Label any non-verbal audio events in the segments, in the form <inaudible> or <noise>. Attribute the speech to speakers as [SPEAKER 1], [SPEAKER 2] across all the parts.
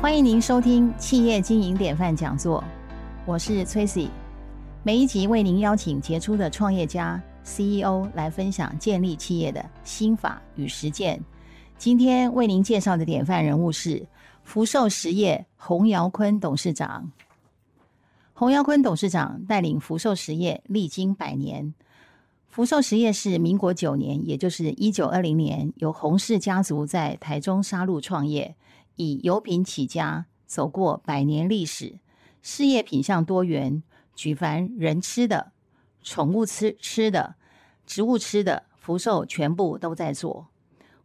[SPEAKER 1] 欢迎您收听《企业经营典范讲座》，我是 Tracy。每一集为您邀请杰出的创业家、CEO 来分享建立企业的心法与实践。今天为您介绍的典范人物是福寿实业洪尧坤董事长。洪尧坤董事长带领福寿实业历经百年。福寿实业是民国九年，也就是一九二零年，由洪氏家族在台中沙鹿创业，以油品起家，走过百年历史，事业品相多元，举凡人吃的、宠物吃吃的、植物吃的，福寿全部都在做。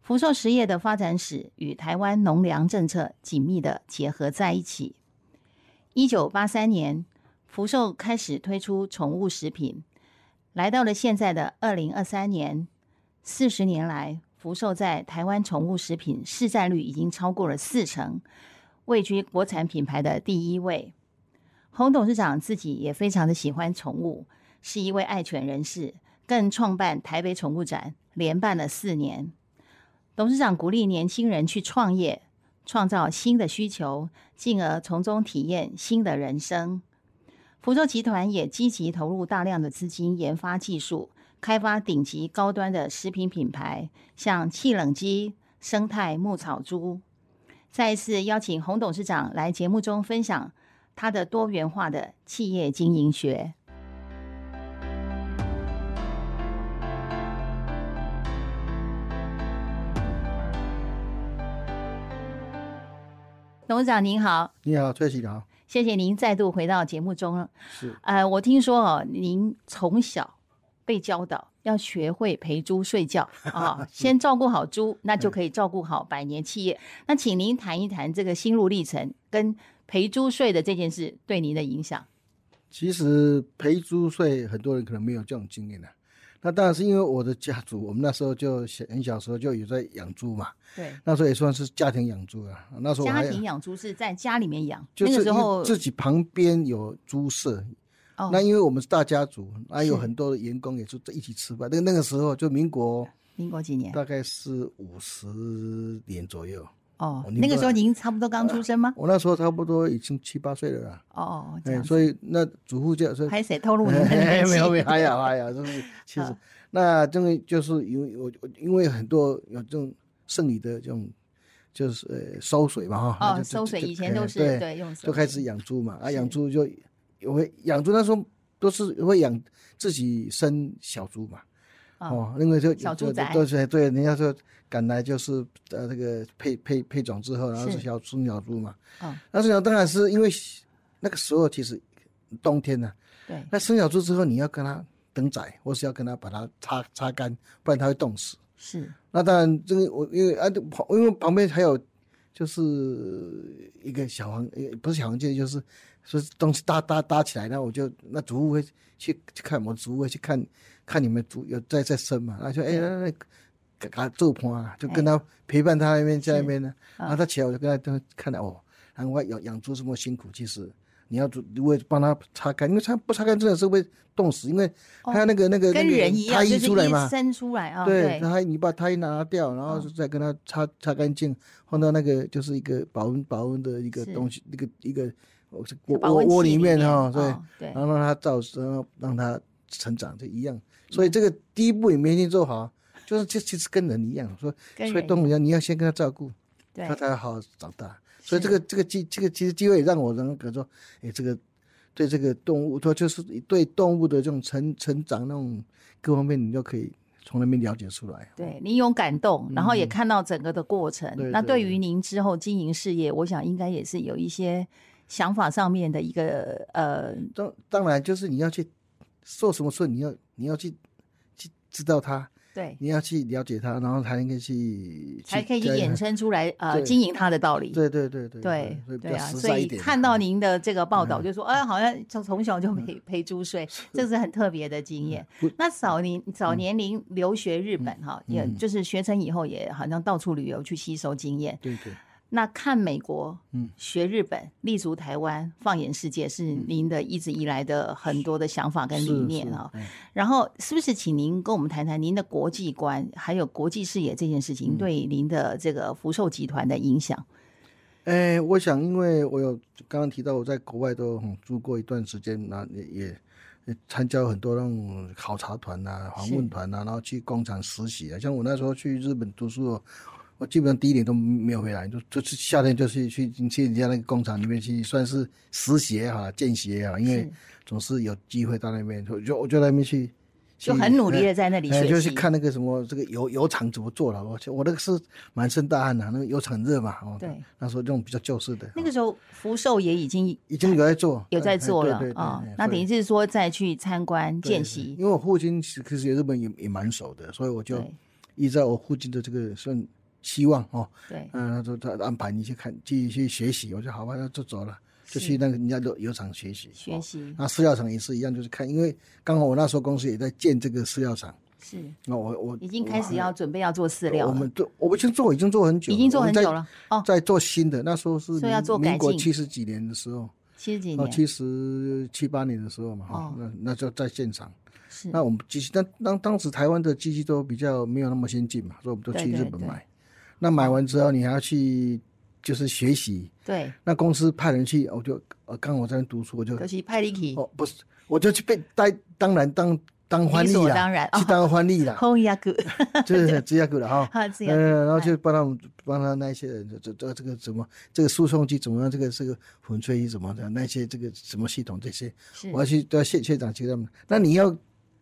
[SPEAKER 1] 福寿实业的发展史与台湾农粮政策紧密的结合在一起。一九八三年，福寿开始推出宠物食品，来到了现在的二零二三年。四十年来，福寿在台湾宠物食品市占率已经超过了四成，位居国产品牌的第一位。洪董事长自己也非常的喜欢宠物，是一位爱犬人士，更创办台北宠物展，连办了四年。董事长鼓励年轻人去创业，创造新的需求，进而从中体验新的人生。福州集团也积极投入大量的资金研发技术，开发顶级高端的食品品牌，像气冷机、生态牧草猪。再一次邀请洪董事长来节目中分享他的多元化的企业经营学。董事长您好，
[SPEAKER 2] 你好，崔喜良，
[SPEAKER 1] 谢谢您再度回到节目中了。
[SPEAKER 2] 是
[SPEAKER 1] 呃，我听说哦，您从小被教导要学会陪猪睡觉
[SPEAKER 2] <laughs>
[SPEAKER 1] 啊、先照顾好猪，那
[SPEAKER 2] 嗯
[SPEAKER 1] 就可以照顾好百年企业。那请您谈一谈这个心路历程跟陪猪睡的这件事对您的影响。
[SPEAKER 2] 其实陪猪睡，很多人可能没有这种经验的、啊那当然是因为我的家族，我们那时候就小很小时候就有在养猪嘛，
[SPEAKER 1] 对，
[SPEAKER 2] 那时候也算是家庭养猪啊。那时候我
[SPEAKER 1] 家
[SPEAKER 2] 还
[SPEAKER 1] 庭养猪是在家里面养，
[SPEAKER 2] 就是
[SPEAKER 1] 那个时
[SPEAKER 2] 因为
[SPEAKER 1] 候
[SPEAKER 2] 自己旁边有猪舍，
[SPEAKER 1] 哦
[SPEAKER 2] 那因为我们是大家族，那有
[SPEAKER 1] 是
[SPEAKER 2] 很多的员工也是在一起吃饭。那个那个时候就民国
[SPEAKER 1] 民国几年？
[SPEAKER 2] 大概是五十年左右，
[SPEAKER 1] 哦，
[SPEAKER 2] 我民
[SPEAKER 1] 那个
[SPEAKER 2] 国
[SPEAKER 1] 时候您差不多刚出生吗？
[SPEAKER 2] 我那时候差不多已经七八岁了啦。
[SPEAKER 1] 哦，这
[SPEAKER 2] 哎，
[SPEAKER 1] 样
[SPEAKER 2] 所以那祖父就说
[SPEAKER 1] 拍谁透露您的
[SPEAKER 2] <laughs> 哎
[SPEAKER 1] 年纪？哦
[SPEAKER 2] 没有没有，哎呀哎呀，就是
[SPEAKER 1] <laughs>
[SPEAKER 2] 其
[SPEAKER 1] 啊
[SPEAKER 2] 实那这个就是因为我我因为很多有这种剩余的这种就是呃收水嘛哈，那
[SPEAKER 1] 哦，
[SPEAKER 2] 就
[SPEAKER 1] 收水以前
[SPEAKER 2] 哎
[SPEAKER 1] 都是
[SPEAKER 2] 对，
[SPEAKER 1] 对用手
[SPEAKER 2] 就开
[SPEAKER 1] 指
[SPEAKER 2] 始养猪嘛，啊
[SPEAKER 1] 是
[SPEAKER 2] 养猪就我会养猪那时候都是会养自己生小猪嘛。
[SPEAKER 1] 哦
[SPEAKER 2] 哦，因为就
[SPEAKER 1] 小
[SPEAKER 2] 就
[SPEAKER 1] 猪仔
[SPEAKER 2] 都是对，人家说赶来就是呃那个配配配种之后，然后
[SPEAKER 1] 是
[SPEAKER 2] 是小猪小猪嘛。
[SPEAKER 1] 嗯
[SPEAKER 2] 那生小当然是因为那个时候其实冬天呢、
[SPEAKER 1] 对
[SPEAKER 2] 那生小猪之后，你要跟它等仔，或是要跟它把它擦擦干，不然它会冻死。
[SPEAKER 1] 是
[SPEAKER 2] 那当然，这个我因为啊，旁因为旁边还有就是一个小房，呃不是小房间，就是说是东西搭搭搭起来，那我就那主妇会去去看，我主妇会去看看你们猪有在在生嘛，那就哎那那。给他做伴啊，就跟他陪伴他那边在那边呢，
[SPEAKER 1] 啊
[SPEAKER 2] 然后他起来我就跟他都看到哦，然后我养养猪这么辛苦，其实你要煮如果帮他擦干，因为他不擦干真的是会冻死，因为他那个、那个
[SPEAKER 1] 哦跟
[SPEAKER 2] 那个
[SPEAKER 1] 人一样，
[SPEAKER 2] 胎
[SPEAKER 1] 就
[SPEAKER 2] 溢
[SPEAKER 1] 是
[SPEAKER 2] 出来
[SPEAKER 1] 一
[SPEAKER 2] 嘛，
[SPEAKER 1] 生出来啊，
[SPEAKER 2] 对，
[SPEAKER 1] 对嗯
[SPEAKER 2] 他你把胎拿掉，然后再跟它擦擦干净，放到那个就是一个保温保温的一个
[SPEAKER 1] 是
[SPEAKER 2] 东西，一个一个窝
[SPEAKER 1] 就保
[SPEAKER 2] 窝
[SPEAKER 1] 温
[SPEAKER 2] 窝
[SPEAKER 1] 器
[SPEAKER 2] 里面哈，
[SPEAKER 1] 哦
[SPEAKER 2] 对，
[SPEAKER 1] 对
[SPEAKER 2] 然后让它造，然后让它成长，就一样。所
[SPEAKER 1] 嗯
[SPEAKER 2] 以这个第一步也没先做好，啊就是这其实跟人一样，说
[SPEAKER 1] 跟
[SPEAKER 2] 所以
[SPEAKER 1] 人
[SPEAKER 2] 动物一样，你要先跟它照顾，它
[SPEAKER 1] 对
[SPEAKER 2] 才好好长大。所以
[SPEAKER 1] 是
[SPEAKER 2] 这个这个机这个其实机会也让我能感受，哎，这个对这个动物，说就是对动物的这种成成长那种各方面，你就可以从那边了解出来。
[SPEAKER 1] 对，您有感动，然后也看到整个的过程。
[SPEAKER 2] 嗯对
[SPEAKER 1] 那对
[SPEAKER 2] 对
[SPEAKER 1] 于您之后经营事业，我想应该也是有一些想法上面的一个呃，
[SPEAKER 2] 当当然就是你要去做什么事，你要你要去去知道它，
[SPEAKER 1] 对，
[SPEAKER 2] 你要去了解它，然后才能够嗯去
[SPEAKER 1] 才可以去
[SPEAKER 2] 去
[SPEAKER 1] 衍生出来呃
[SPEAKER 2] 对
[SPEAKER 1] 经营它的道理。
[SPEAKER 2] 对对对对
[SPEAKER 1] 对
[SPEAKER 2] 所以比
[SPEAKER 1] 对
[SPEAKER 2] 较
[SPEAKER 1] 啊，
[SPEAKER 2] 实
[SPEAKER 1] 所
[SPEAKER 2] 在一
[SPEAKER 1] 以
[SPEAKER 2] 点。嗯
[SPEAKER 1] 看到您的这个报道，就说哎，好像就从小就陪陪猪睡，这是很特别的经验
[SPEAKER 2] 嗯不。嗯
[SPEAKER 1] 那早年早年您留学日本哈，也就是学成以后也好像到处旅游去吸收经验。
[SPEAKER 2] 对对，
[SPEAKER 1] 那看美国，
[SPEAKER 2] 嗯，
[SPEAKER 1] 学日本，立足台湾，放眼世界，是您的一直以来的很多的想法跟理
[SPEAKER 2] 是
[SPEAKER 1] 念
[SPEAKER 2] 是
[SPEAKER 1] 啊、
[SPEAKER 2] 嗯
[SPEAKER 1] 然后，是不是请您跟我们谈谈您的国际
[SPEAKER 2] 嗯
[SPEAKER 1] 观，还有国际视野这件事情对您的这个福寿集团的影响？
[SPEAKER 2] 哎，我想，因为我有刚刚提到我在国外都、嗯住过一段时间，那也也也参加很多那种考察团啊、访问团啊，然后去工厂实习啊。像我那时候去日本读书，哦我基本上第一年都没有回来，就就是夏天就是去去人家那个工厂里面去，算是实习也好、见习啊也好，因为
[SPEAKER 1] 是
[SPEAKER 2] 总是有机会到那边，就就我就那边去。
[SPEAKER 1] 就
[SPEAKER 2] 去
[SPEAKER 1] 很努力
[SPEAKER 2] 哎
[SPEAKER 1] 的在那里
[SPEAKER 2] 哎，
[SPEAKER 1] 学习，
[SPEAKER 2] 就去看那个什么这个油油厂怎么做了。哦我去我那个是满身大汗的、那个油厂很热嘛。哦，
[SPEAKER 1] 对，
[SPEAKER 2] 那时候这种比较旧式的，
[SPEAKER 1] 那
[SPEAKER 2] 哦
[SPEAKER 1] 个时候福寿也已经
[SPEAKER 2] 已经有在做，
[SPEAKER 1] 有在
[SPEAKER 2] 哎
[SPEAKER 1] 做了
[SPEAKER 2] 哎对对对
[SPEAKER 1] 啊、
[SPEAKER 2] 哎
[SPEAKER 1] 那
[SPEAKER 2] 所
[SPEAKER 1] 等
[SPEAKER 2] 以
[SPEAKER 1] 于是说再去参观
[SPEAKER 2] 对
[SPEAKER 1] 见
[SPEAKER 2] 对
[SPEAKER 1] 习，
[SPEAKER 2] 因为我父亲其其实日本也也蛮熟的，所以我就
[SPEAKER 1] 对
[SPEAKER 2] 依照我父亲的这个算期望哦，
[SPEAKER 1] 对，
[SPEAKER 2] 嗯，他说他安排你去看去去学习，我就好吧，那就走了，就是去那个人家的油厂学习。
[SPEAKER 1] 学
[SPEAKER 2] 哦
[SPEAKER 1] 习
[SPEAKER 2] 那饲料厂也是一样，就是看，因为刚好我那时候公司也在建这个饲料厂，
[SPEAKER 1] 是
[SPEAKER 2] 那我我
[SPEAKER 1] 已经
[SPEAKER 2] 我
[SPEAKER 1] 开始要准备要做饲料
[SPEAKER 2] 我
[SPEAKER 1] 了
[SPEAKER 2] 们，做，我们已经做，已经做很久了，
[SPEAKER 1] 已经做
[SPEAKER 2] 我
[SPEAKER 1] 很
[SPEAKER 2] 们
[SPEAKER 1] 久
[SPEAKER 2] 在
[SPEAKER 1] 了哦，
[SPEAKER 2] 在做新的，那时候是
[SPEAKER 1] 所以要
[SPEAKER 2] 民
[SPEAKER 1] 做改
[SPEAKER 2] 民国
[SPEAKER 1] 进
[SPEAKER 2] 七十几年的时候，
[SPEAKER 1] 七十几
[SPEAKER 2] 哦，
[SPEAKER 1] 年
[SPEAKER 2] 七十七八年的时候嘛，哈、
[SPEAKER 1] 哦嗯
[SPEAKER 2] 那那就在现场。
[SPEAKER 1] 是
[SPEAKER 2] 那我们机器，但当当时台湾的机器都比较没有那么先进嘛，所以我们都
[SPEAKER 1] 对
[SPEAKER 2] 去
[SPEAKER 1] 对
[SPEAKER 2] 日本
[SPEAKER 1] 对
[SPEAKER 2] 买。那买完之后，你还要去就是学习。
[SPEAKER 1] 对，
[SPEAKER 2] 那公司派人去，我就呃，刚好我在那边读书，我就
[SPEAKER 1] 可惜派力奇，
[SPEAKER 2] 哦不是，我就去被带，当然当当翻
[SPEAKER 1] 理
[SPEAKER 2] 译
[SPEAKER 1] 所
[SPEAKER 2] 啦，
[SPEAKER 1] 当然哦
[SPEAKER 2] 去当翻译啦，
[SPEAKER 1] 后一个
[SPEAKER 2] 就是芝加哥了哈。
[SPEAKER 1] 啊， <laughs> 这样
[SPEAKER 2] 呃，然后就帮他们帮他那些人，这这这个怎么这个输送机怎么样，这个这个混吹机怎么样，那些这个什么系统这些，
[SPEAKER 1] 是
[SPEAKER 2] 我要去都要现现场去给他们。那你要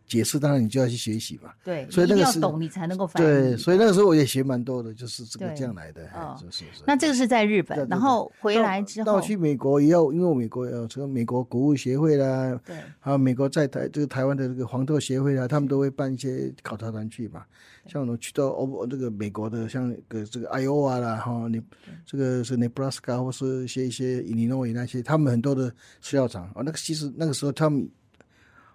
[SPEAKER 2] 解释，当然你就要去学习嘛。
[SPEAKER 1] 对，
[SPEAKER 2] 所以
[SPEAKER 1] 你一
[SPEAKER 2] 那
[SPEAKER 1] 定
[SPEAKER 2] 个
[SPEAKER 1] 要
[SPEAKER 2] 是
[SPEAKER 1] 懂，你才能够翻
[SPEAKER 2] 对，
[SPEAKER 1] 译。
[SPEAKER 2] 所以那个时候我也学蛮多的，就是这个
[SPEAKER 1] 对
[SPEAKER 2] 这样来的。
[SPEAKER 1] 哦
[SPEAKER 2] 哎是是是。
[SPEAKER 1] 那这个是在日
[SPEAKER 2] 对
[SPEAKER 1] 本，
[SPEAKER 2] 对
[SPEAKER 1] 然
[SPEAKER 2] 对
[SPEAKER 1] 后回
[SPEAKER 2] 到
[SPEAKER 1] 来之
[SPEAKER 2] 到
[SPEAKER 1] 后，
[SPEAKER 2] 去美国也要，因为我美国呃有这个美国国务协会啦，
[SPEAKER 1] 对
[SPEAKER 2] 还有美国在台这个台湾的这个黄豆协会啊，他们都会办一些考察团去嘛。像我们去到欧这个美国的，像个这个 Iowa 啦，哈，你这个是 Nebraska 或是一些一些伊利诺伊那些，他们很多的饲料厂啊、哦那个其实那个时候他们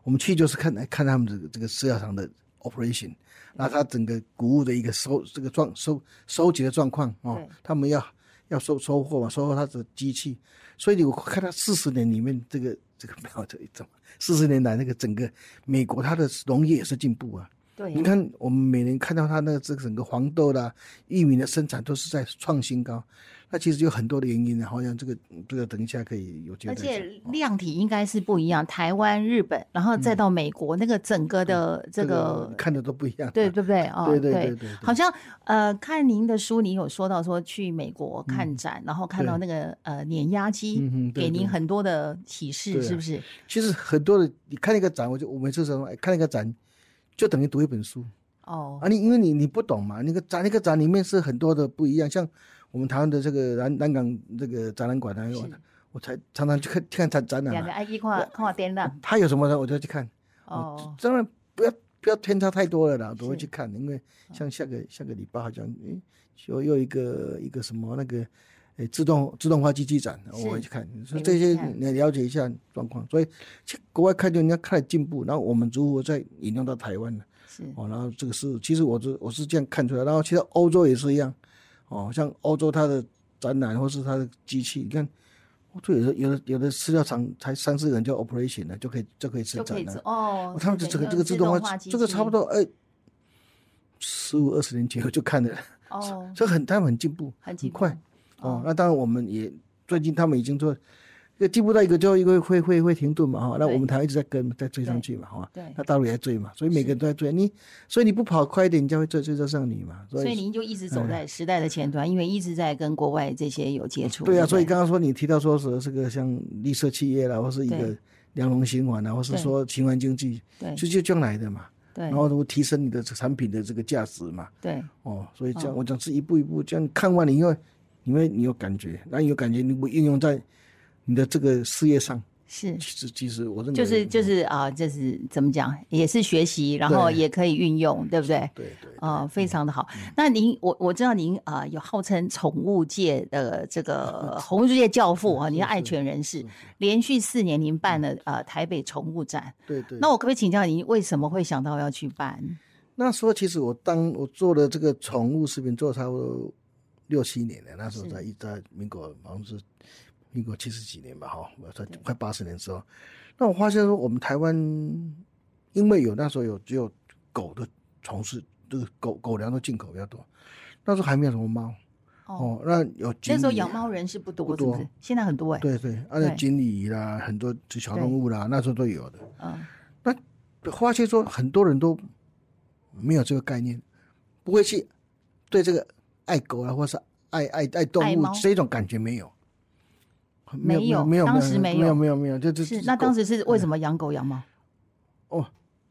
[SPEAKER 2] 我们去就是看看他们这个这个饲料厂的
[SPEAKER 1] 嗯
[SPEAKER 2] operation，那他整个谷物的一个收这个状收收集的状况哦
[SPEAKER 1] 对，
[SPEAKER 2] 他们要要收收获嘛，收获他的机器，所以我看他四十年里面这个这个没有这一种四十年来那个整个美国它的农业也是进步啊。
[SPEAKER 1] 对
[SPEAKER 2] 你看我们每年看到它那个这个整个黄豆啦、玉米的生产都是在创新高，那其实有很多的原因啊，好像这个这个等一下可以有机会
[SPEAKER 1] 而
[SPEAKER 2] 再讲。哦
[SPEAKER 1] 且量体应该是不一样，台湾、日本，然后
[SPEAKER 2] 嗯
[SPEAKER 1] 再到美国，那个整个的这个，
[SPEAKER 2] 看的都不一样啊。
[SPEAKER 1] 对对不对啊？
[SPEAKER 2] 对对对对，
[SPEAKER 1] 好像呃，看您的书，你有说到说去美国看展，然后看到那个呃碾压机，
[SPEAKER 2] 嗯哼对
[SPEAKER 1] 给您
[SPEAKER 2] 对
[SPEAKER 1] 很多的启示，
[SPEAKER 2] 对啊
[SPEAKER 1] 是不是？
[SPEAKER 2] 其实很多的，你看一个展，我就我每次说哎看一个展，就等于读一本书
[SPEAKER 1] 哦，
[SPEAKER 2] 啊。你因为你你不懂嘛，那个展那个展里面是很多的不一样，像我们台湾的这个南南港这个展览馆啊，我我才常常去看看展展览
[SPEAKER 1] 两个
[SPEAKER 2] 啊，
[SPEAKER 1] 爱去看看展览，
[SPEAKER 2] 他有什么呢，我就去看。
[SPEAKER 1] 哦，
[SPEAKER 2] 当然不要不要偏差太多了啦，我都会
[SPEAKER 1] 是
[SPEAKER 2] 去看，因为像下个下个礼拜好像诶，又又一个一个什么那个。诶，自动自动化机器展，
[SPEAKER 1] 是
[SPEAKER 2] 我会去看，所
[SPEAKER 1] 没
[SPEAKER 2] 以这
[SPEAKER 1] 问
[SPEAKER 2] 些
[SPEAKER 1] 题啊
[SPEAKER 2] 你了解一下状况。所以去国外看就人家看了进步，然后我们如何再引用到台湾呢？
[SPEAKER 1] 是
[SPEAKER 2] 哦，然后这个是其实我是我是这样看出来，然后其实欧洲也是一样，哦，像欧洲它的展览或是它的机器，你看欧洲有的有的有的饲料厂才三四个人就 operation 了，就可以就可以生
[SPEAKER 1] 就可
[SPEAKER 2] 产
[SPEAKER 1] 以
[SPEAKER 2] 了
[SPEAKER 1] 做。哦
[SPEAKER 2] 哦。他们
[SPEAKER 1] 是
[SPEAKER 2] 这这
[SPEAKER 1] 的
[SPEAKER 2] 个
[SPEAKER 1] 用
[SPEAKER 2] 这个自动化，
[SPEAKER 1] 机
[SPEAKER 2] 这个差不
[SPEAKER 1] 器
[SPEAKER 2] 多哎，十五二十年前我就看了，
[SPEAKER 1] 哦，
[SPEAKER 2] 这很他们很进步，
[SPEAKER 1] 很进步
[SPEAKER 2] 快
[SPEAKER 1] 哦
[SPEAKER 2] 哦。那当然我们也最近他们已经做，这进步到一个就一个会会会停顿嘛哦哈，那
[SPEAKER 1] 对
[SPEAKER 2] 我们台湾一直在跟在追上
[SPEAKER 1] 对
[SPEAKER 2] 去嘛哈，
[SPEAKER 1] 对
[SPEAKER 2] 那大陆也在追嘛，所以每个人都在追你，所以你不跑快一点，人家会追追得上你嘛，所
[SPEAKER 1] 所以
[SPEAKER 2] 以。哎
[SPEAKER 1] 您就一直走在时代的前端，因为一直在跟国外这些有接触。
[SPEAKER 2] 对啊，
[SPEAKER 1] 不
[SPEAKER 2] 所以刚刚说你提到说是这个像绿色企业啦，或是一个
[SPEAKER 1] 对
[SPEAKER 2] 良农循环啊，或是
[SPEAKER 1] 对
[SPEAKER 2] 说循环经济，
[SPEAKER 1] 对
[SPEAKER 2] 就就这样来的嘛。
[SPEAKER 1] 对
[SPEAKER 2] 然后如果提升你的产品的这个价值嘛，
[SPEAKER 1] 对
[SPEAKER 2] 哦，所以这样
[SPEAKER 1] 哦
[SPEAKER 2] 我讲是一步一步这样看完了以后，你会你有感觉，那你有感觉，你不应用在你的这个事业上，
[SPEAKER 1] 是。
[SPEAKER 2] 其实其实我认为
[SPEAKER 1] 就是就是啊、就是怎么讲，也是学习，然后
[SPEAKER 2] 嗯对
[SPEAKER 1] 也可以运用，对不对？
[SPEAKER 2] 对对嗯
[SPEAKER 1] 啊、非常的好。那您，我我知道您啊、有号称宠物界的这
[SPEAKER 2] <laughs>
[SPEAKER 1] 个宠物界教父啊，您是爱犬人士，连续四年您
[SPEAKER 2] 嗯
[SPEAKER 1] 办了呃台北宠物展。
[SPEAKER 2] 对对。
[SPEAKER 1] 那我可不可以请教您，为什么会想到要去办？
[SPEAKER 2] 那时候其实我当我做了这个宠物食品做了差不多六七年了，那时候在一在民国好像是民国七十几年吧，哈，我在快八十年的时候，那我发现说我们台湾因为有那时候有只有狗的从事这个狗狗粮的进口比较多，那时候还没有什么猫，
[SPEAKER 1] 哦，
[SPEAKER 2] 哦，那有锦
[SPEAKER 1] 那时候
[SPEAKER 2] 鲤
[SPEAKER 1] 养猫人是不多，
[SPEAKER 2] 不
[SPEAKER 1] 是
[SPEAKER 2] 多
[SPEAKER 1] 不是？现在很多哎。
[SPEAKER 2] 对对，按照
[SPEAKER 1] 对
[SPEAKER 2] 锦鲤啦，很多小
[SPEAKER 1] 对
[SPEAKER 2] 动物啦，那时候都有的。
[SPEAKER 1] 嗯，
[SPEAKER 2] 发现说很多人都没有这个概念，不会去对这个爱狗啊，或是爱爱爱动
[SPEAKER 1] 爱
[SPEAKER 2] 物
[SPEAKER 1] 猫
[SPEAKER 2] 这种感觉没有，
[SPEAKER 1] 没有
[SPEAKER 2] 没有
[SPEAKER 1] 当时
[SPEAKER 2] 没
[SPEAKER 1] 没有
[SPEAKER 2] 有没有没有，这这
[SPEAKER 1] 是。
[SPEAKER 2] 这
[SPEAKER 1] 那
[SPEAKER 2] 狗嗯
[SPEAKER 1] 当时是为什么养狗养猫？
[SPEAKER 2] 哦，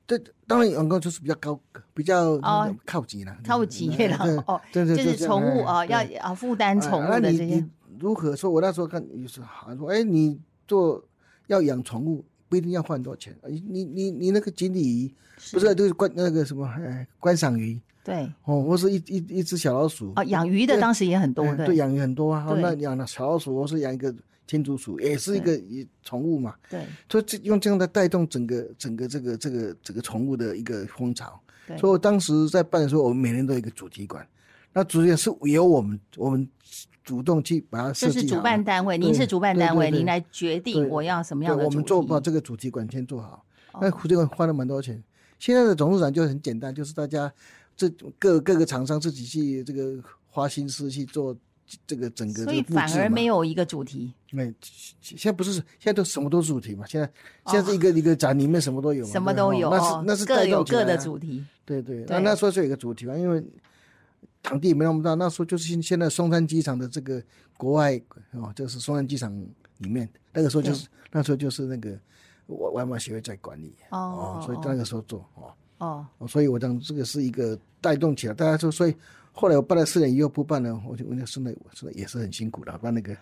[SPEAKER 2] 这当然养狗就是比较高比较
[SPEAKER 1] 哦
[SPEAKER 2] 靠级了，
[SPEAKER 1] 超级
[SPEAKER 2] 对
[SPEAKER 1] 了
[SPEAKER 2] 对
[SPEAKER 1] 哦，
[SPEAKER 2] 对
[SPEAKER 1] 就
[SPEAKER 2] 对，
[SPEAKER 1] 是
[SPEAKER 2] 这样
[SPEAKER 1] 宠物
[SPEAKER 2] 哎
[SPEAKER 1] 啊，要
[SPEAKER 2] 对
[SPEAKER 1] 啊负担宠
[SPEAKER 2] 啊
[SPEAKER 1] 物
[SPEAKER 2] 那
[SPEAKER 1] 的
[SPEAKER 2] 你
[SPEAKER 1] 这些
[SPEAKER 2] 你，如何说？我那时候看有时候好像说，哎，你做要养宠物不一定要花很多钱，哎你你你那个锦鲤鱼不是就是观那个什么哎观赏鱼
[SPEAKER 1] 对
[SPEAKER 2] 哦，或是一一一只小老鼠
[SPEAKER 1] 哦，养鱼的
[SPEAKER 2] 对
[SPEAKER 1] 当时也很多
[SPEAKER 2] 哎
[SPEAKER 1] 对
[SPEAKER 2] 对，养鱼很多啊。哦
[SPEAKER 1] 对
[SPEAKER 2] 那养了小老鼠，或是养一个天竺鼠，也是一个一宠物嘛。
[SPEAKER 1] 对
[SPEAKER 2] 所以这用这样来带动整个整个这个这个整个宠物的一个风潮。
[SPEAKER 1] 对
[SPEAKER 2] 所以我当时在办的时候，我们每年都有一个主题馆，那主题馆是由我们我们主动去把它设
[SPEAKER 1] 这
[SPEAKER 2] 计好
[SPEAKER 1] 是
[SPEAKER 2] 的。
[SPEAKER 1] 主办单位，
[SPEAKER 2] 啊对
[SPEAKER 1] 您是主办单位，
[SPEAKER 2] 对对对
[SPEAKER 1] 您来决定
[SPEAKER 2] 对
[SPEAKER 1] 我要什么
[SPEAKER 2] 对，
[SPEAKER 1] 样的
[SPEAKER 2] 我
[SPEAKER 1] 主
[SPEAKER 2] 们做把
[SPEAKER 1] 题。
[SPEAKER 2] 这个主题馆先做好，
[SPEAKER 1] 哦
[SPEAKER 2] 那主题馆花了蛮多钱。现在的董事长就很简单，就是大家这各各个厂商自己去这个花心思去做这个整个
[SPEAKER 1] 所
[SPEAKER 2] 这
[SPEAKER 1] 以
[SPEAKER 2] 个布
[SPEAKER 1] 反
[SPEAKER 2] 置
[SPEAKER 1] 而
[SPEAKER 2] 嘛
[SPEAKER 1] 没有一个主题，
[SPEAKER 2] 没，现现在不是现在都什么都是主题嘛，现在
[SPEAKER 1] 哦
[SPEAKER 2] 现在是一个一个展里面什么都有嘛，
[SPEAKER 1] 什么
[SPEAKER 2] 对
[SPEAKER 1] 都
[SPEAKER 2] 哦
[SPEAKER 1] 有，
[SPEAKER 2] 那
[SPEAKER 1] 哦
[SPEAKER 2] 是那是
[SPEAKER 1] 各
[SPEAKER 2] 带
[SPEAKER 1] 有
[SPEAKER 2] 动起
[SPEAKER 1] 各
[SPEAKER 2] 来
[SPEAKER 1] 的
[SPEAKER 2] 啊
[SPEAKER 1] 主题。
[SPEAKER 2] 对对，
[SPEAKER 1] 对
[SPEAKER 2] 那那时候是有一个主题嘛，因为场地也没那么大，那时候就是现现在松山机场的这个国外哦，就是松山机场里面，那个时候就是那时候就是那个外外贸协会在管理
[SPEAKER 1] 哦
[SPEAKER 2] 所以
[SPEAKER 1] 哦
[SPEAKER 2] 那个时候做哦
[SPEAKER 1] 哦，
[SPEAKER 2] 哦，所以我讲这个是一个带动起来，大家说，所以后来我办了四年以后不办了，我就我就真的我真的也是很辛苦的，办
[SPEAKER 1] <laughs>
[SPEAKER 2] 那个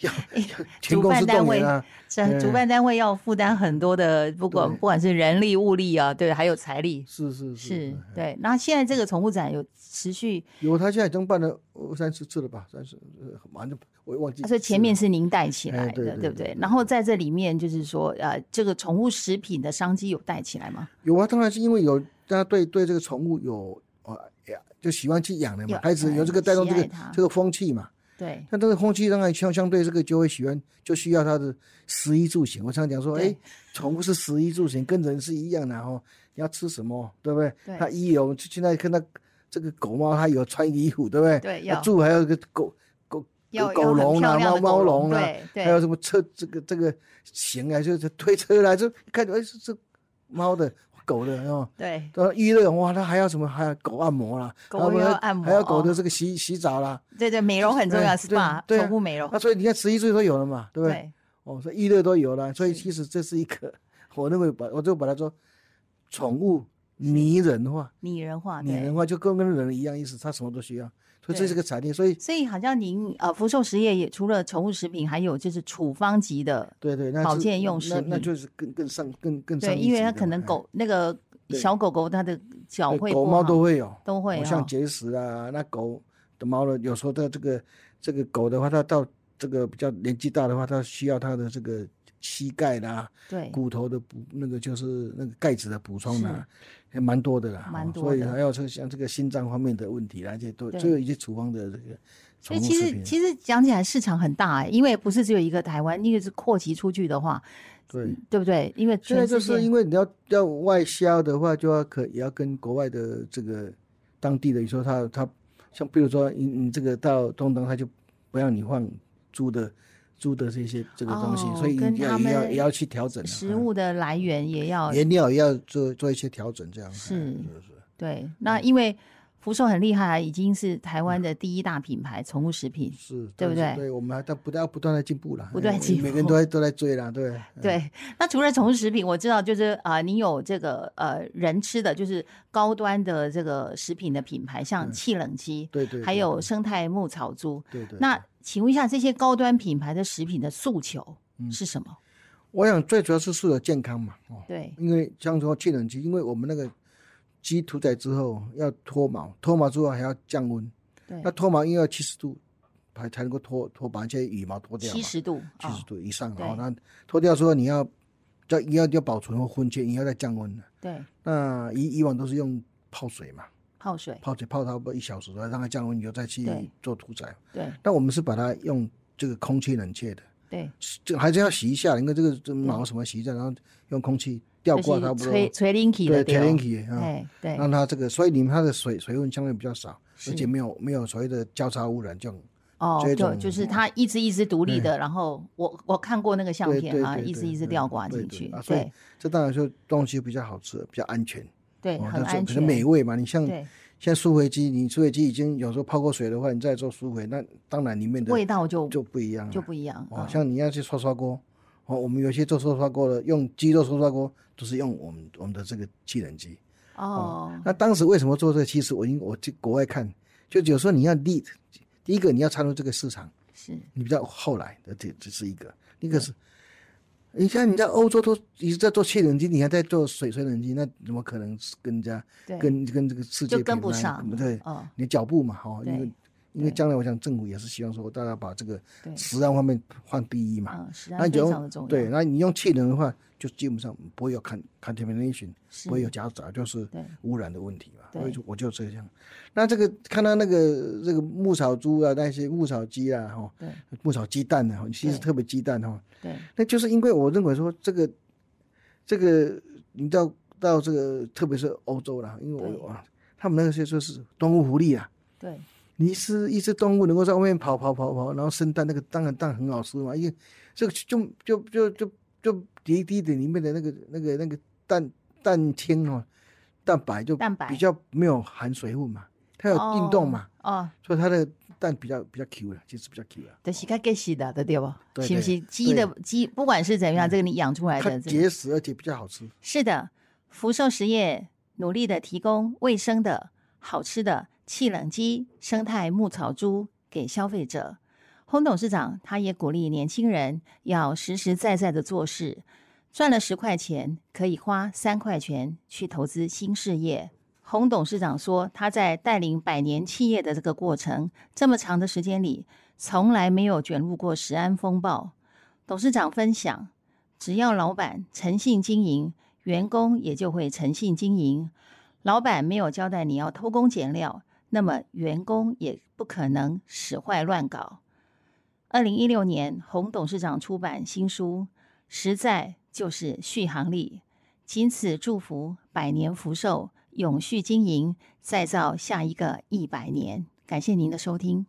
[SPEAKER 2] 要要全
[SPEAKER 1] 哎主
[SPEAKER 2] 公
[SPEAKER 1] 办
[SPEAKER 2] 司
[SPEAKER 1] 单
[SPEAKER 2] 动
[SPEAKER 1] 位
[SPEAKER 2] 员啊，
[SPEAKER 1] 这主
[SPEAKER 2] 对
[SPEAKER 1] 办单位要负担很多的，不管
[SPEAKER 2] 对
[SPEAKER 1] 不管是人力、物力啊，对，还有财力，
[SPEAKER 2] 是是哎
[SPEAKER 1] 是对。那现在这个宠物展有持续，
[SPEAKER 2] 有他现在已经办了三十次了吧，三十，呃完了我也忘记次了。
[SPEAKER 1] 啊所以前面是您带起
[SPEAKER 2] 哎
[SPEAKER 1] 来
[SPEAKER 2] 对
[SPEAKER 1] 的，
[SPEAKER 2] 对
[SPEAKER 1] 对不
[SPEAKER 2] 对
[SPEAKER 1] 对？
[SPEAKER 2] 对
[SPEAKER 1] 然后在这里面就是说，呃，这个宠物食品的商机有带起来吗？
[SPEAKER 2] 有啊，当然是因为有大家对对这个宠物有啊呀，就喜欢去养的
[SPEAKER 1] 有
[SPEAKER 2] 嘛，孩子有这
[SPEAKER 1] 哎
[SPEAKER 2] 个带动
[SPEAKER 1] 喜
[SPEAKER 2] 这
[SPEAKER 1] 爱
[SPEAKER 2] 个
[SPEAKER 1] 它
[SPEAKER 2] 这个风气嘛。
[SPEAKER 1] 对，
[SPEAKER 2] 那这个风气当然相相对这个就会喜欢，就需要他的食衣住行。我常讲说，
[SPEAKER 1] 对
[SPEAKER 2] 哎，宠物是食衣住行，跟人是一样的哦。你要吃什么，对不对
[SPEAKER 1] 对？
[SPEAKER 2] 它衣有现在看到这个狗猫，它有穿衣服，对不对？
[SPEAKER 1] 对
[SPEAKER 2] 它
[SPEAKER 1] 要
[SPEAKER 2] 住还有一个狗
[SPEAKER 1] 要
[SPEAKER 2] 哎狗
[SPEAKER 1] 要很
[SPEAKER 2] 笼
[SPEAKER 1] 漂
[SPEAKER 2] 啦、
[SPEAKER 1] 亮
[SPEAKER 2] 猫
[SPEAKER 1] 的狗
[SPEAKER 2] 猫
[SPEAKER 1] 笼
[SPEAKER 2] 笼啦
[SPEAKER 1] 对，
[SPEAKER 2] 还有
[SPEAKER 1] 对
[SPEAKER 2] 什么车这个这个行啊，就是推车啦，就看着哎是这猫的狗的哦。
[SPEAKER 1] 对，
[SPEAKER 2] 呃，娱乐哇，它还要什么？还要狗按摩啦，
[SPEAKER 1] 狗
[SPEAKER 2] 还有
[SPEAKER 1] 要按摩
[SPEAKER 2] 还要狗
[SPEAKER 1] 哦
[SPEAKER 2] 的这个洗洗澡啦。
[SPEAKER 1] 对对，美容很重要
[SPEAKER 2] 哎
[SPEAKER 1] ，SPA
[SPEAKER 2] 对对啊
[SPEAKER 1] 宠物美容
[SPEAKER 2] 那，所以你看，十一岁都有了嘛，对不对？
[SPEAKER 1] 对
[SPEAKER 2] 哦，所以娱乐都有了，所以
[SPEAKER 1] 是
[SPEAKER 2] 其实这是一个， <laughs> 我认为把我就把它说，宠物拟人化，
[SPEAKER 1] 拟人化，
[SPEAKER 2] 拟
[SPEAKER 1] 啊对
[SPEAKER 2] 人。化就跟跟人一样意思，它什么都需要，所以这
[SPEAKER 1] 对
[SPEAKER 2] 是个产业，所以
[SPEAKER 1] 所以好像您呃，福寿实业也除了宠物食品，还有就是处方级的
[SPEAKER 2] 对对，那
[SPEAKER 1] 保
[SPEAKER 2] 是
[SPEAKER 1] 健用食
[SPEAKER 2] 那那
[SPEAKER 1] 品
[SPEAKER 2] 就是更更上更更上
[SPEAKER 1] 对，
[SPEAKER 2] 一
[SPEAKER 1] 因为
[SPEAKER 2] 级
[SPEAKER 1] 它
[SPEAKER 2] 的
[SPEAKER 1] 可能
[SPEAKER 2] 嘛哎
[SPEAKER 1] 狗那个
[SPEAKER 2] 对
[SPEAKER 1] 小狗狗它的脚
[SPEAKER 2] 对
[SPEAKER 1] 会
[SPEAKER 2] 狗
[SPEAKER 1] 不
[SPEAKER 2] 猫
[SPEAKER 1] 好
[SPEAKER 2] 都会有，
[SPEAKER 1] 都会
[SPEAKER 2] 哦
[SPEAKER 1] 哈
[SPEAKER 2] 像结石啊，那狗的猫呢，有时候它这个这个狗的话，它到这个比较年纪大的话，它需要它的这个膝盖啦、
[SPEAKER 1] 对
[SPEAKER 2] 骨头的补，那个就是那个钙质的补充啦，还蛮多的啦，
[SPEAKER 1] 蛮
[SPEAKER 2] 哦
[SPEAKER 1] 多
[SPEAKER 2] 所以
[SPEAKER 1] 的
[SPEAKER 2] 还有这个像这个心脏方面的问题啦，这些都
[SPEAKER 1] 对
[SPEAKER 2] 都有一些处方的这个
[SPEAKER 1] 所
[SPEAKER 2] 宠
[SPEAKER 1] 以
[SPEAKER 2] 物
[SPEAKER 1] 其
[SPEAKER 2] 食
[SPEAKER 1] 实
[SPEAKER 2] 品，
[SPEAKER 1] 其实讲起来市场很大、欸，因为不是只有一个台湾，因为是扩及出去的话，
[SPEAKER 2] 对。
[SPEAKER 1] 对不对？因为
[SPEAKER 2] 现在
[SPEAKER 1] 全
[SPEAKER 2] 就
[SPEAKER 1] 世界
[SPEAKER 2] 是因为你要要外销的话，就要可也要跟国外的这个当地的，你说他他像比如说你你这个到东东，他就不让你放猪的猪的这些这个东西，
[SPEAKER 1] 哦
[SPEAKER 2] 所以
[SPEAKER 1] 跟
[SPEAKER 2] 你
[SPEAKER 1] 他
[SPEAKER 2] 要
[SPEAKER 1] 们
[SPEAKER 2] 也要也要去调整啊
[SPEAKER 1] 食、物的来源哎也要
[SPEAKER 2] 嗯原料也要做做一些调整，这样
[SPEAKER 1] 是
[SPEAKER 2] 哎是
[SPEAKER 1] 对。那因为福寿很厉害啊，已经是台湾的第一大品牌宠物食品。
[SPEAKER 2] 是，
[SPEAKER 1] 对不
[SPEAKER 2] 但是
[SPEAKER 1] 对
[SPEAKER 2] 对，我们还在不断不断的进步了，
[SPEAKER 1] 不断
[SPEAKER 2] 哎
[SPEAKER 1] 进
[SPEAKER 2] 每个人
[SPEAKER 1] 步
[SPEAKER 2] 都在都在追了，对
[SPEAKER 1] <laughs>
[SPEAKER 2] 嗯
[SPEAKER 1] 对，那除了宠物食品，我知道就是啊、呃你有这个呃人吃的，就是高端的这个食品的品牌，像气冷机，
[SPEAKER 2] 对对，
[SPEAKER 1] 还
[SPEAKER 2] 对
[SPEAKER 1] 有生态牧草猪。
[SPEAKER 2] 对对。
[SPEAKER 1] 那请问一下，这些高端品牌的食品的诉求
[SPEAKER 2] 嗯
[SPEAKER 1] 是什么？
[SPEAKER 2] 我想最主要是素有健康嘛，哦，
[SPEAKER 1] 对，
[SPEAKER 2] 因为像说气冷机，因为我们那个鸡屠宰之后要脱毛，脱毛之后还要降温，
[SPEAKER 1] 对
[SPEAKER 2] 那脱毛因为要七十度才才能够脱脱把一些羽毛脱掉嘛，
[SPEAKER 1] 七十度，
[SPEAKER 2] 七十
[SPEAKER 1] 哦，
[SPEAKER 2] 度以上，
[SPEAKER 1] 对
[SPEAKER 2] 然后那脱掉之后你要要要要保存或婚前你要再降温了
[SPEAKER 1] 对，
[SPEAKER 2] 那以以往都是用泡水嘛，
[SPEAKER 1] 泡水，
[SPEAKER 2] 泡水泡差不多一小时，然后让它降温以后再
[SPEAKER 1] 对
[SPEAKER 2] 去做屠宰。
[SPEAKER 1] 对
[SPEAKER 2] 那我们是把它用这个空气冷却的，
[SPEAKER 1] 对
[SPEAKER 2] 这还是要洗一下，因为这个这毛什么洗一下，然后用空气吊
[SPEAKER 1] 就
[SPEAKER 2] 挂差不
[SPEAKER 1] 是
[SPEAKER 2] 多，
[SPEAKER 1] 垂垂鳞体的
[SPEAKER 2] 对，
[SPEAKER 1] 对
[SPEAKER 2] 铁
[SPEAKER 1] 哦
[SPEAKER 2] 链体啊，
[SPEAKER 1] 哎对，
[SPEAKER 2] 让它这个，所以你们它的水水分相对比较少，
[SPEAKER 1] 是
[SPEAKER 2] 而且没有没有所谓的交叉污染这种，
[SPEAKER 1] 哦，
[SPEAKER 2] 这
[SPEAKER 1] 就
[SPEAKER 2] 种嗯
[SPEAKER 1] 就是它一只一只独立的，然后我我看过那个相
[SPEAKER 2] 对
[SPEAKER 1] 片
[SPEAKER 2] 对
[SPEAKER 1] 啊，
[SPEAKER 2] 对
[SPEAKER 1] 一只
[SPEAKER 2] 对
[SPEAKER 1] 一只
[SPEAKER 2] 对
[SPEAKER 1] 吊挂
[SPEAKER 2] 对
[SPEAKER 1] 进
[SPEAKER 2] 对
[SPEAKER 1] 去
[SPEAKER 2] 啊，所以
[SPEAKER 1] 对
[SPEAKER 2] 这当然说东西比较好吃，比较安全，
[SPEAKER 1] 对，
[SPEAKER 2] 哦
[SPEAKER 1] 很
[SPEAKER 2] 但是
[SPEAKER 1] 安
[SPEAKER 2] 可
[SPEAKER 1] 全
[SPEAKER 2] 能，美味嘛，你像
[SPEAKER 1] 对，
[SPEAKER 2] 像苏回鸡，你苏回鸡已经有时候泡过水的话，你再做苏回，那当然里面的
[SPEAKER 1] 味道就
[SPEAKER 2] 就不一样了，
[SPEAKER 1] 就不一样
[SPEAKER 2] 哦
[SPEAKER 1] 啊，，
[SPEAKER 2] 像你要去涮涮锅，哦，我们有些做涮涮锅的，用鸡肉涮涮锅都是用我们我们的这个气冷机。
[SPEAKER 1] 哦，
[SPEAKER 2] 那当时为什么做这个？其实我因我去国外看，就有时候你要 lead，第一个你要参入这个市场，
[SPEAKER 1] 是
[SPEAKER 2] 你比较后来的这这是一个，另一个是，你看你在欧洲都一直在做气冷机，你还在做水水冷机，那怎么可能是跟人家
[SPEAKER 1] 对，
[SPEAKER 2] 跟跟这个世界
[SPEAKER 1] 就跟
[SPEAKER 2] 比
[SPEAKER 1] 不
[SPEAKER 2] 那
[SPEAKER 1] 上，
[SPEAKER 2] 对，
[SPEAKER 1] 哦，
[SPEAKER 2] 你脚步嘛，哦，因
[SPEAKER 1] 对
[SPEAKER 2] 为因为
[SPEAKER 1] 对
[SPEAKER 2] 将来我想政府也是希望说大家把这个
[SPEAKER 1] 对，
[SPEAKER 2] 食安方面换第一嘛，
[SPEAKER 1] 嗯，实
[SPEAKER 2] 那
[SPEAKER 1] 在
[SPEAKER 2] 你就
[SPEAKER 1] 非常的重要，
[SPEAKER 2] 用对，，那你用气能的话，就基本上不会有 con contamination，
[SPEAKER 1] 是
[SPEAKER 2] 不会有夹杂，就是
[SPEAKER 1] 对
[SPEAKER 2] 污染的问题嘛。
[SPEAKER 1] 对
[SPEAKER 2] 所以就我就这样。那这个看到那个这个牧草猪啊，那些牧草鸡啊，哈，
[SPEAKER 1] 对
[SPEAKER 2] 牧草鸡蛋啊，其实
[SPEAKER 1] 对
[SPEAKER 2] 特别鸡蛋哈，
[SPEAKER 1] 对
[SPEAKER 2] 那就是因为我认为说这个这个你到到这个特别是欧洲啦，因为
[SPEAKER 1] 对
[SPEAKER 2] 我啊，他们那些说是动物福利啊。
[SPEAKER 1] 对，
[SPEAKER 2] 你是一只动物能够在外面跑跑跑跑，然后生蛋，那个当然蛋很好吃嘛，因为这个就就就就就滴滴的里面的那个那个那个蛋蛋清哦，蛋白就
[SPEAKER 1] 蛋白
[SPEAKER 2] 比较没有含水分嘛，它有运动嘛，
[SPEAKER 1] 哦，
[SPEAKER 2] 所以它的蛋比较比较 Q 了，其实比较 Q 了，
[SPEAKER 1] 就是该给洗的，对对不？
[SPEAKER 2] 对
[SPEAKER 1] 是不
[SPEAKER 2] 对嗯
[SPEAKER 1] 是鸡的鸡，不管是怎么样，这个你养出来
[SPEAKER 2] 它
[SPEAKER 1] 的，这个
[SPEAKER 2] 结实而且比较好吃，
[SPEAKER 1] 是的，福寿实业努力的提供卫生的、好吃的气冷鸡、生态牧草猪给消费者。洪董事长他也鼓励年轻人要实实在在的做事，赚了十块钱可以花三块钱去投资新事业。洪董事长说，他在带领百年企业的这个过程，这么长的时间里，从来没有卷入过食安风暴。董事长分享，只要老板诚信经营，员工也就会诚信经营。老板没有交代你要偷工减料，那么员工也不可能使坏乱搞。二零一六年，洪董事长出版新书《实在就是续航力》，仅此祝福百年福寿，永续经营，再造下一个一百年。感谢您的收听。